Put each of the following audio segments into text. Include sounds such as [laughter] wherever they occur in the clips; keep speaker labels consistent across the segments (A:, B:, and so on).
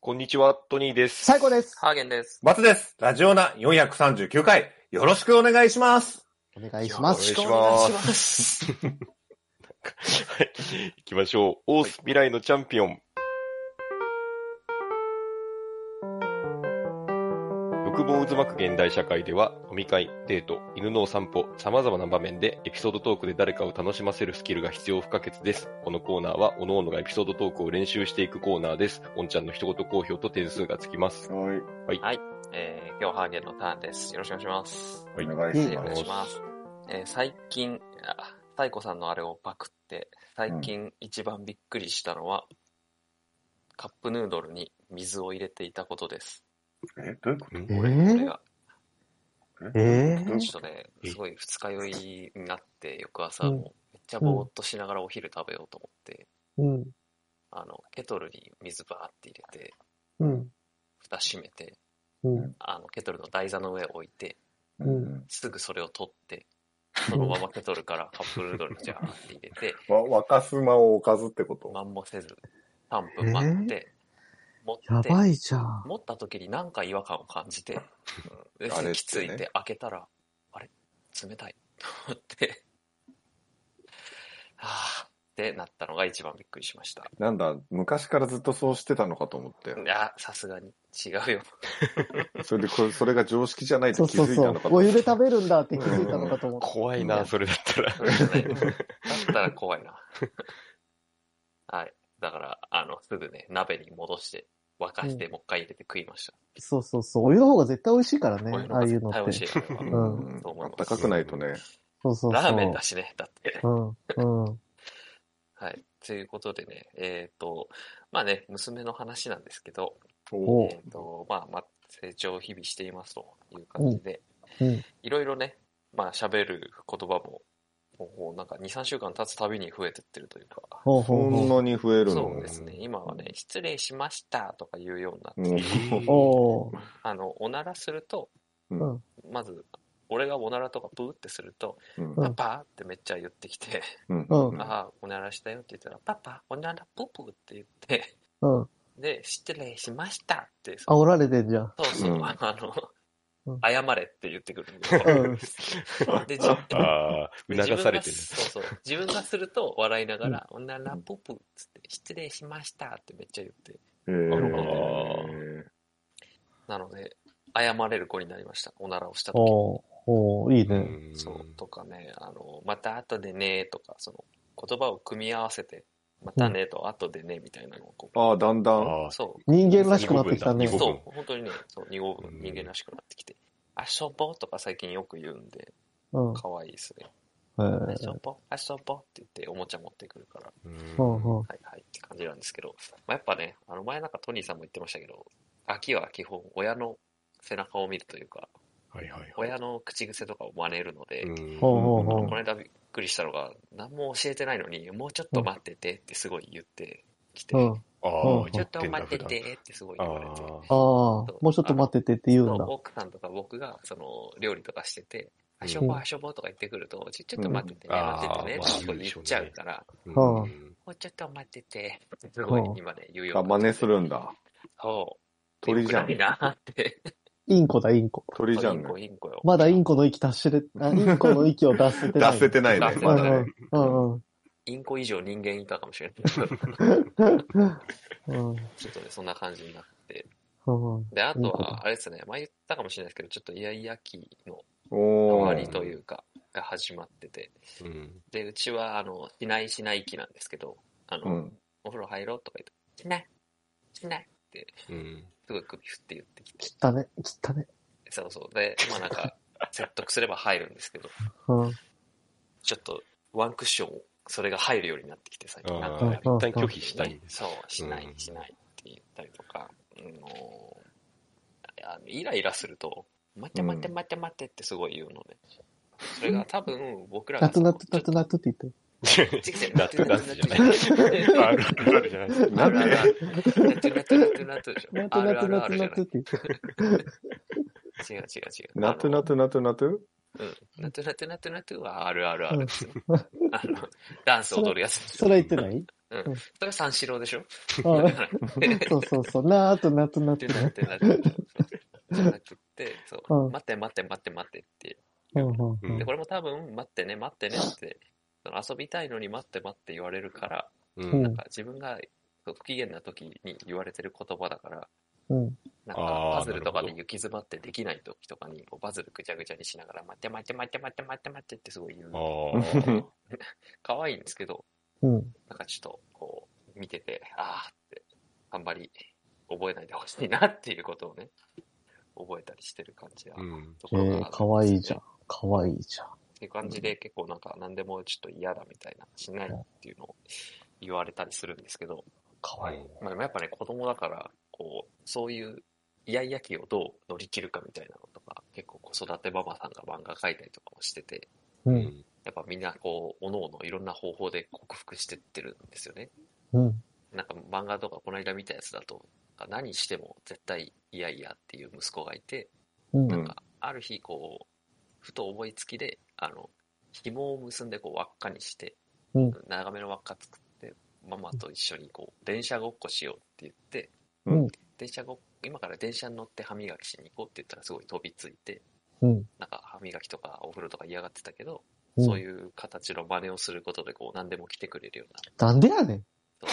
A: こんにちは、トニーです。
B: 最高です。
C: ハーゲンです。。
D: バツです。ラジオナ439回、よろしくお願いします。
B: お願いします。
A: よろしくお願いしますはい。行きましょう。オース未来のチャンピオン。欲望渦巻く現代社会では、飲み会、デート、犬のお散歩、様々な場面でエピソードトークで誰かを楽しませるスキルが必要不可欠です。このコーナーは、各々がエピソードトークを練習していくコーナーです。おんちゃんの一言好評と点数がつきます。
D: はい。
C: えー、今日ハーゲンのターンです。よろしくお願いします。
D: お願
B: い
D: い
B: し
D: し
C: お
D: ま
C: 願い
D: す。
C: します。えー、最近、あ、サイコさんのあれをパクって、最近一番びっくりしたのは、カップヌードルに水を入れていたことです。
D: え、どういうこ
B: え
C: これこれ
B: ー
C: が、
B: え
D: と
B: ー
C: ちょっとね、すごい二日酔いになって、翌朝、
B: うん
C: もうめっちゃぼーっとしながらお昼食べようと思って、
B: うん。
C: あの、ケトルに水バーって入れて、
B: うん。
C: 蓋閉めて、
B: うん。
C: あの、ケトルの台座の上を置いて、
B: うん
C: すぐそれを取
D: [laughs]
C: って、そのままケトルからカップヌードルにジャーって入れ
D: [laughs]
C: て、
D: わ、若すまをおかずってこと
C: 何もせず、3分待って、持
B: や
C: って、
B: ばいじゃん。
C: 持った時になんか違和感を感じ
D: [laughs]
C: て、で、
D: あれってね
C: 席ついて開けたら、あれ冷たい。と思って、 [laughs] はぁ、ってなったのが一番びっくりしました。
D: なんだ、昔からずっとそうしてたのかと思ったよ
C: い。や、さすがに違うよ。
D: それで、これ、それが常識じゃない
B: そ
D: と
B: う
D: 気
B: そう
D: づい
B: そ
D: たの
B: う
D: か。と
B: お
D: 思っ
B: 湯
D: た
B: で食べるんだって気づいたのかと思って。
A: 怖いな、それだった
B: [laughs]
A: ら。
C: だったら怖いな。 [laughs] はい。だから、あの、すぐね、鍋に戻して、沸かして、
B: う
C: もう一回入れて食いました。
B: そうそうそう。お湯の方が絶対美味しいからね
C: こういう。の
B: ああ
C: が
B: いう
C: 絶
B: の
C: 対美
B: っ。
C: 味していから。
B: う
D: う。
B: ん
C: そう思
D: あ
C: い
D: った
C: ます
D: かくないとね。
B: そうそうそう。
C: ラーメンだしね、だって。
B: うん。うん。
C: はい。ということでね、えっ、と、まあね、娘の話なんですけど、
B: お
C: えっ、と、まあ、まあ、成長を日々していますという感じで、
B: うんうん
C: いろいろね、まあ、喋る言葉も、もうなんか2、3週間経つたびに増えてってるというか、
B: ほう
D: そ
B: ほうんほう。
D: なに増える
C: そう
D: の
C: ですね、今はね、失礼しましたとか言うようになって、
D: うん
B: おー。
C: あの、おならすると、
B: うん。
C: まず、俺がおならとかブーってすると、
D: うん
B: うん
C: パパってめっちゃ言ってきて、
D: うん
B: うん
D: うん
C: ああ、おならしたよって言ったら、パパ、おならプープーって言って、 [laughs]
B: うん。
C: で、失礼しましたって、そ
B: 煽られてんじゃん。
C: そうそう、
D: うん
C: あ
B: う
C: の
B: ん、
C: 謝れって言ってくるん
B: うん。
C: で、じで
A: ああ、
C: [laughs]
A: 促されてる。
C: 自分がそうそう。自分がすると笑いながら、おならプープーっつって、失礼しましたってめっちゃ言って、
D: えー
A: あ
C: なので、謝れる子になりました、おならをした時
B: おー。おー、いいね。
C: そう、とかね、あの、また後でねとか、その、言葉を組み合わせて、またねと後でねみたいなのをこう、
D: ああ、だんだん。
A: ああ、
C: そう、
B: 人間らしくなってきたね
A: 二。語
C: そう、本当にね、そう、二語
A: う
C: 分
A: ん
C: 人間らしくなってきて、遊ぼうとか最近よく言うんで、
B: うん。
C: 可愛いですね。
B: えー
C: 遊ぼう、遊ぼうって言っておもちゃ持ってくるから、
B: うんうん
C: はいはいって感じなんですけど、まあ、やっぱね、あの前なんかトニーさんも言ってましたけど、秋は基本親の背中を見るというか、
A: はいはいはい。
C: 親の口癖とかを真似るので、
A: うん
B: ほうほうほ
C: この間びっくりしたのが、何も教えてないのに、もうちょっと待っててってすごい言ってきて、
B: う。う
C: も
B: ん。
A: あ
B: うん
A: あ、
C: うちょっと待って
A: 言んだ。
C: てってすごい
A: あ
C: 言われて。
B: ああ、もうちょっと待っててって言うん
C: そ
B: だ
C: う。奥さんとか僕がその料理とかしてて、
A: うん
C: あしょぼあしょぼとか言ってくると、ちょちょっと待っててね、
A: うん
C: 待っててね
A: あー
C: って
A: まあ
C: 言っちゃうから、
A: 普
B: う
A: 段
C: もうちょっと待ってて、すごい今ね、言うよう
D: あ、
C: になっ
D: 真
C: て
D: 似するんだ。
C: そう。
D: 鳥じゃん
C: 良く。ないなって。
B: インコだ、インコ。
D: 鳥じゃん
C: [laughs] イン
D: ね。
C: コ、インコよ。
B: まだインコの息達してる、
C: [laughs]
B: あインコの息を出せて
D: 出
B: ない。
D: せてないね
C: 出せ。て
B: う
D: ま
C: ない
D: だ
B: ん
D: ね。
B: うん。うん
C: インコ以上人間い [laughs] たかもしれない。
B: うん。
C: ちょっとね、そんな感じになって。
B: うん。
C: で、あと
B: インコだ
C: は、あれですね、前言ったかもしれないですけど、ちょっとイヤイヤ期の
D: お
C: 終
D: ー
C: わりというか、が始まってて。で、うちは、あの、しないしない期なんですけど、あの、
D: うん。
C: お風呂入ろうとか言って、しないしない
A: うん。
C: すごい首振って言ってきて、
B: 切ったね、切ったね。
C: そうそう。で、まあなん
D: [laughs]
C: か、説得すれば入るんですけど、
B: うん。うん
C: ちょっと、ワンクッション、それが入るようになってきて、最近。なんか
A: あ
C: やっぱ
A: あ、一旦拒否したい。
C: そう、しな
A: う
C: い
A: ん、
C: しないって言ったりとか、うんあのあのイライラすると、待って
D: うん
C: 待って待って待ってってすごい言うので、それが多分僕ら
B: ナ
C: が、
B: ツナツナツナツって言っ。
C: ちょっと
A: ナツナツじゃないあるあるあるじゃないです
C: な
D: な
C: んん
D: で
C: でナツナツナツナツでして
B: ナ
C: ょ。
B: ツ
C: あ
B: ナ
C: る
B: ツ
C: ある
B: ナツナ
C: あるじゃな
B: ツって言って。
C: い。違う違う違う。
D: ナトゥナトゥナトゥナトゥ
C: あのうんナトゥナトゥナトゥナトゥはあるあるあるですよ。あの、ダンス踊るやつです
B: そ
C: よ。
B: れは言ってない
C: うん
B: うん。
C: それ三四郎でしょ
B: うんそうそうそう。なーっとなっとなっ
C: って
B: て
C: なっ
B: ね。
C: てなって。じゃなくって、そうう、
B: ん
C: 待って待って待って待ってって。
B: うんうん
A: う
B: うん
C: で、これも多分、待ってね、待ってねって、その遊びたいのに待って待って言われるから、
A: うん。
B: うん
A: うん
C: なんか自分がそう不機嫌な時に言われてる言葉だから、
B: ん。うん。
C: な
A: あ
C: んか
A: ー
C: パズルとか
A: なる
C: で
A: ほ
C: 行き詰まってできない時とかに、こうパズルぐちゃぐちゃにしながら、待って待って待って待って待って待ってってすごい言う。
A: ああ。
C: [laughs] 可愛いんですけど、
B: うん。
C: なんかちょっと、こう、見てて、あーって、あんまり覚えないでほしいなっていうことをね、覚えたりしてる感じだ。
A: うん。
C: と
B: え
C: ころがある
B: ー、
C: んです
B: か
C: よね
B: わいいじゃん。かわいいじゃん。
C: っていう感じで結構なんか何でもちょっと嫌だみたいな、しないっていうのを言われたりするんですけど、
B: かわいい。
C: まあでもやっぱね子供だから、こう、そういうイヤイヤ期をどう乗り切るかみたいなのとか、結構子育てママさんが漫画描いたりとかもしてて、
B: う。
A: うんん。
C: やっぱみんなこう、おののいろんな方法で克服してってるんですよね。
B: うん。
C: なんか漫画とかこの間見たやつだと、何しても絶対イヤイヤっていう息子がいて、
B: うん。う
C: なんんか、ある日、こう、ふと思いつきで、あの、紐を結んで、こう、輪っかにして、
B: うん
C: 長めの輪っか作って、ママと一緒に、こう、電車ごっこしようって言って、
B: うん
C: 電車ごっ今から電車に乗って歯磨きしに行こうって言ったら、すごい飛びついて、
B: うん。
C: なんか、歯磨きとかお風呂とか嫌がってたけど、
B: うん
C: そういう形の真似をすることで、こう、何でも来てくれるよ
B: [laughs] なんでやねん。
C: う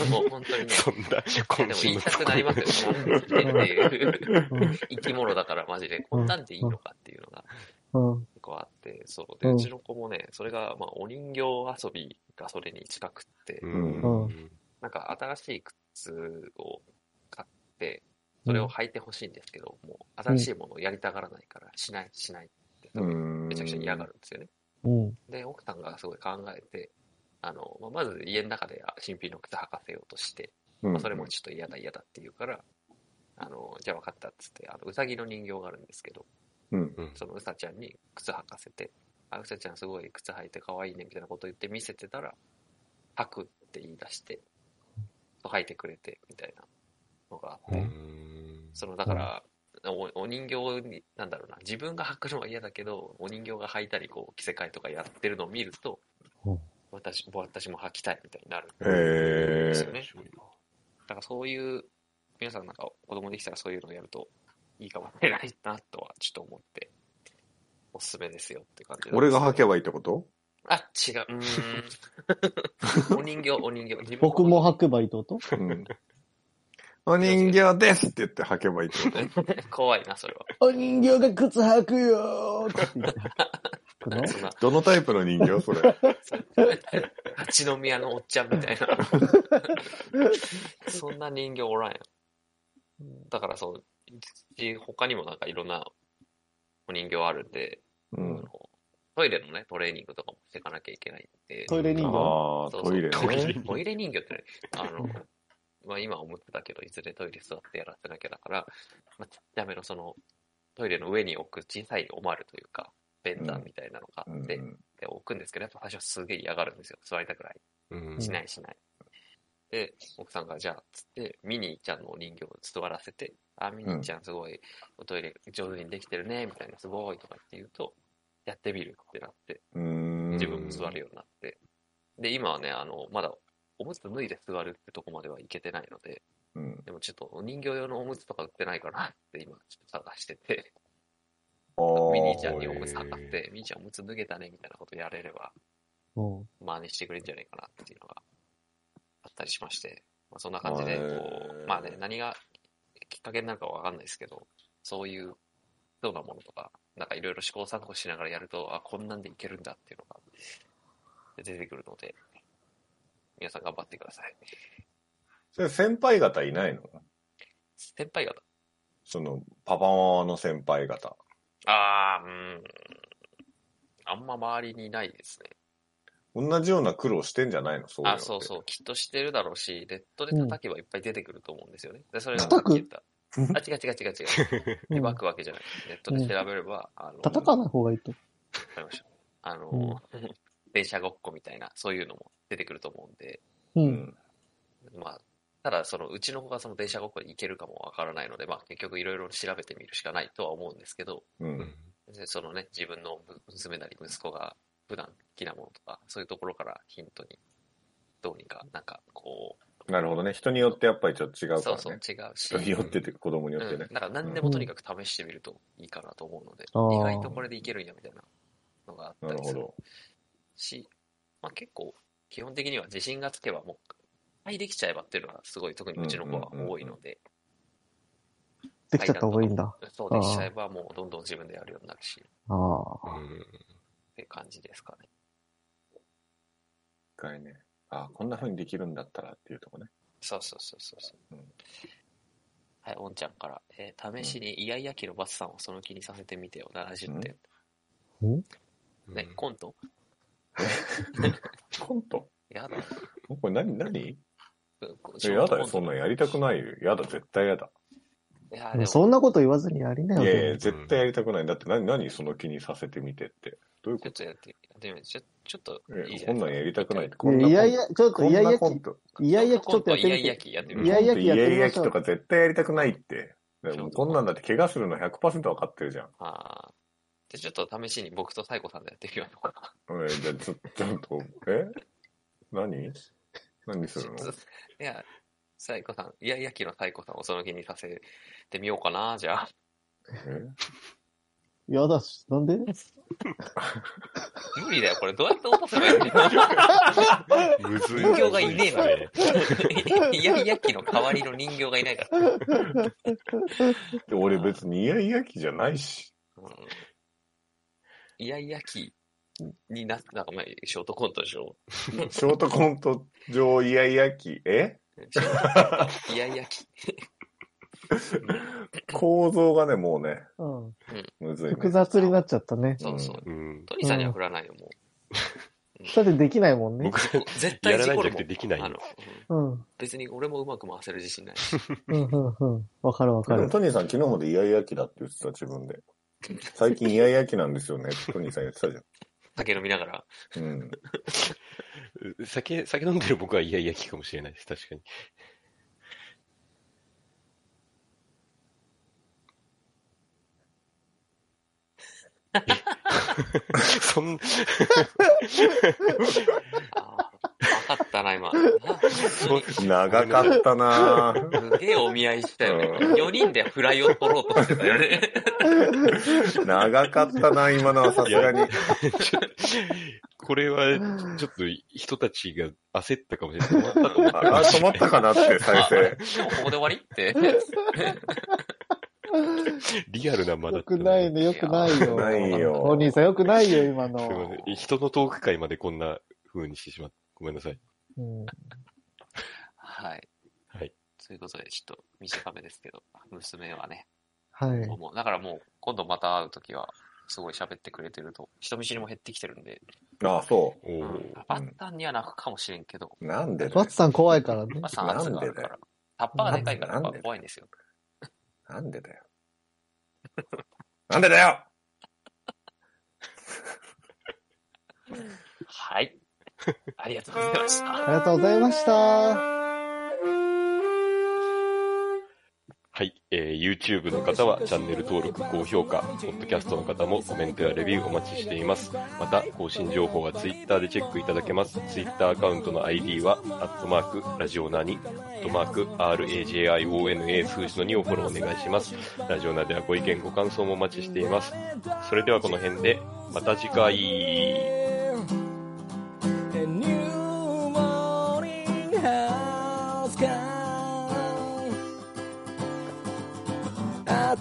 C: な。もう本当にね、
A: そんな、
C: い [laughs] やでも言いたくなりますよね。何でも来てっていう
B: うん
C: 生き物だから、マジで、こんなんでいいのかっていうのが。
B: うん。
C: 結構あって、そう。で、
B: うん
C: うちの子もね、それが、まあ、お人形遊びがそれに近くって、
A: うん。
C: なんか新しい靴を買って、それを履いてほしいんですけど、もう新しいものをやりたがらないから、しない、しないって、めちゃくちゃ嫌が
D: る。
C: るんですよね。
B: うん。
C: で、奥さんがすごい考えて、あの、まあ、まず家の中であ新品の靴履かせようとして、まあ、それもちょっと嫌だ嫌だって言うから、あの、じゃあ分かったっつって、あの、うさぎの人形があるんですけど、
D: うん。
A: うん。
C: そのうさちゃんに靴履かせて、あ、うさちゃんすごい靴履いて可愛いねみたいなこと言って見せてたら、履くって言い出して、履いてくれてみたいなのがあって、
A: うん
C: そのだから、おお人形に、なんだろうな、自分が履くのは嫌だけど、お人形が履いたり、こう、着せ替えとかやってるのを見ると
B: うん、
C: 私私も履きたいみたいになるん
D: へ
C: ですよ
D: え。
C: ね。だからそういう、皆さんなんか子供できたらそういうのをやるといいかもしれないなとはちょっと思って、おすすめですよって感じなんで
D: 俺
C: す
D: が履けばいいってこと
C: あ、違う。うーん。お人形、お人形。自分
B: 僕も履けばいいってこと
C: [laughs]
D: うん。お人形ですって言って履けばいいってこと
C: [laughs] 怖いな、それは。
B: お人形が靴履くよーって言
C: [laughs]
B: ってくの
C: そんな、
D: どのタイプの人形そ
C: [laughs]
D: れ。
C: 立ち飲み屋のおっちゃんみたいな。
D: [laughs]
C: そんな人形おらんやん。だからそう、他にもなんかいろんなお人形あるんで、あ
D: う
C: の。トイレのね、トレーニングとかもしていかなきゃいけないんで。
B: トイレ人形
D: ああ、
C: そう
D: トイレ
C: そう
A: イレ
D: ね。
C: トイレ人形ってね、あの、 [laughs] まあ今思ってたけど、いずれトイレ座ってやらせなきゃだから、まあ、ちっちゃめのその、トイレの上に置く小さいおまるというか、便座みたいなのがあって、
D: うん
C: で置くんですけど、やっぱ最初すげえ嫌がるんですよ。座りたくない。
A: うん。
C: しないしない。で、奥さんがじゃあ、つって、ミニーちゃんのお人形を座らせて、あ、ミニーちゃんすごい、おトイレ上手にできてるね、みたいな、すごいとかって言うと、やってみるってなって、
D: うん
C: 自分も座るようになって。で、今はね、あの、まだ、おむつ脱いで座るってとこまではいけてないので、
D: うん
C: でもちょっとお人形用のおむつとか売ってないかなって今ちょっと探してて、
D: あー
C: ミニーちゃんにおむつ履かせて、ミニーちゃんおむつ脱げたねみたいなことやれれば、
B: うん。
C: 真似してくれるんじゃないかなっていうのがあったりしまして、まあ、そんな感じで、
D: へ
C: こう、
D: ー
C: まあね、何がきっかけになるかはわかんないですけど、そういう、どうなものとか、なんかいろいろ試行錯誤しながらやると、あ、こんなんでいけるんだっていうのが出てくるので、皆さん頑張ってください。
D: それ先輩方いないの
C: 先輩方。
D: その、パパママの先輩方。
C: あー、うーん。あんま周りにいないですね。
D: 同じような苦労してんじゃないのそういうの
C: あ、
D: って
C: そうそう、きっとしてるだろうし、ネットで叩けばいっぱい出てくると思うんですよね。でそれが
B: 叩く
C: さっき言
D: [laughs]
C: ったあ、違う違う違う違う。
B: うん
C: ばくわけじゃない。ネットで調べれば、あの、
B: 叩かない方がいいと。
C: わかりましたあの、電車ごっこみたいな、そういうのも出てくると思うんで、
B: う。
D: うんん。
C: まあ、ただ、その、うちの子がその電車ごっこに行けるかもわからないので、まあ、結局いろいろ調べてみるしかないとは思うんですけど、
D: うん。
C: でそのね、自分の娘なり息子が普段好きなものとか、そういうところからヒントにどうにか、なんかこ
D: なるほどね。人によってやっぱりちょっと違
C: う、
D: うか
C: そ
D: ら
C: うそう
D: ね。
C: 違うし、
D: 人によってっていうか子供によってね
C: うん、。なんか何でもとにかく試してみるといいかなと思うので、
B: うん
C: 意外とこれでいけるんやみたいなのがあっ
D: な
C: た
D: る
C: り
D: ほ
C: する
D: ど。
C: し、まあ、結構基本的には自信がつけばもう、はいできちゃえばっていうのがすごい特にうちの子は多いので、
B: できちゃった方がいいんだ。
C: そうできちゃえばもうどんどん自分でやるようになるし、
B: ああ。
A: うん
C: っていう感じですかね。
D: 一回ね。あ、こんな風にできるんだったらっていうとこね。
C: そうそうそうそうそう、
D: うん
C: はい、おんちゃんから、えー試しにイヤイヤ期のバツさんをその気にさせてみてよ、70点。
A: うん
C: ね、コント
D: コント
C: やだ。
D: これ何何
C: い
D: えやだよ、そんなんやりたくないよ。やだ、絶対やだ。
C: いや、でも、
B: そんなこと言わずにやりないよ。
D: やい
B: で
D: や、
B: も
D: 絶対やりたくない。だって何、何その気にさせてみてって。どういう
C: ちょ
D: こ
C: っとやって、でも、ちょちょっと
D: と
C: いい
D: え
C: じゃないですか
D: こんなんやりたくない。
B: いやいやいや、ちょっと
D: こん
B: いやい
D: な
B: や
D: コント。
B: き、いやいやきちょっとやって
C: イヤ
B: み
C: イヤ
B: て。
C: 期やって
B: う
C: み
B: んイヤイヤ期やってみましょう
D: イヤイヤ期とか絶対やりたくないって。でもこんなんだって怪我するの100%分かってるじゃん。
C: ああ。じゃあちょっと試しに僕とサイコさんでやってみようかな。
D: えじゃあちょちょっと、え何何するの
C: ちょっと [laughs] いや、サイコさん、イヤイヤ期のサイコさんをその気にさせてみようかな、じゃあ。
D: え
B: いやだし、なんで
C: 無理だよ、これ。どうやって落とせばいいの [laughs]
A: むずい。
C: 人形がいねえのよ。イヤイヤ期の代わりの人形がいないから。うん
D: で俺別にイヤイヤ期じゃないし。
C: イヤイヤ期にな、なんかまあ、ショートコントでし
D: [laughs]
C: ょ。
D: ショートコント上イヤイヤ期。え
C: イヤイヤ期。
D: 構造がね、もうね、
B: うん。
D: むずい、ね。
B: 複雑になっちゃったね。
C: そうそう。
A: うん。
C: トニーさんには振らないよ、もう。
D: [laughs]
B: だってできないもんね。
A: 僕、
C: 絶対事故
A: や
C: る
A: らないじゃな
C: も
A: く
C: ん
A: てできないよ
C: あの
B: うん。うん、
C: 別に俺もうまく回せる自信ないし。
B: うん、うん。わかるわか
D: でも
B: る。
D: トニーさん昨日までイヤイヤ期だって言ってた自分で。最近イヤイヤ期なんですよねってトニーさん言ってたじ
C: 酒飲みながら。
D: ゃん。うん。
A: 酒、酒飲んでる僕はイヤイヤ期かもしれないです、確かに。え [laughs] そん、
C: ああ、わかったな、
D: [laughs]
C: 今。な
D: 長かったなぁ。
C: すげえお見合いしたよね。4人でフライを取ろうとしてたよね。
D: 長かったな、今のはさすがに。
A: ちょこれは、ちょっと人たちが焦ったかもしれない。終わったと思ったか
D: あ、
A: もしれな
D: 止ま
A: い
D: ったかなって、再
C: あれ
D: 生。
C: 今日ここで終わりって。
B: [laughs]
A: リアルな間だ
B: よ
A: った
B: く
A: な。
B: ないね、よくないよ。
D: ないよ
B: お兄さんよくないよ、今
A: すいま
B: の。
A: せん。人のトーク会までこんな風にしてしまって、ごめんなさい。
B: うん。
C: はい。
A: はい。
C: ということで、ちょっと短めですけど、娘はね、
B: はい。
C: もう、だからもう、今度また会うときは、すごい喋ってくれてると、人見知りも減ってきてるんで、
D: あ、そ
A: お
C: う
A: ー
C: ん、バッタンには泣くかもしれんけど、
D: う。なんでだよ
B: バツさん怖いからね
C: まあ、。3圧があるか
D: なんでだ
C: ら、タッパーがでかいから
D: なんで
C: 怖いんですよ。
D: なんでだよ。なんでだよ
C: はい。ありがとうございました。
B: ありがとうございました。
A: はい、えー YouTube の方はチャンネル登録、高評価、Podcast の方もコメントやレビューお待ちしています。また、更新情報は Twitter でチェックいただけます。Twitter アカウントの ID は、アットマーク、ラジオナに、アットマーク、RAJIONA 数字の2をフォローお願いします。ラジオナではご意見、ご感想もお待ちしています。それではこの辺で、また次回。
E: A new morning has come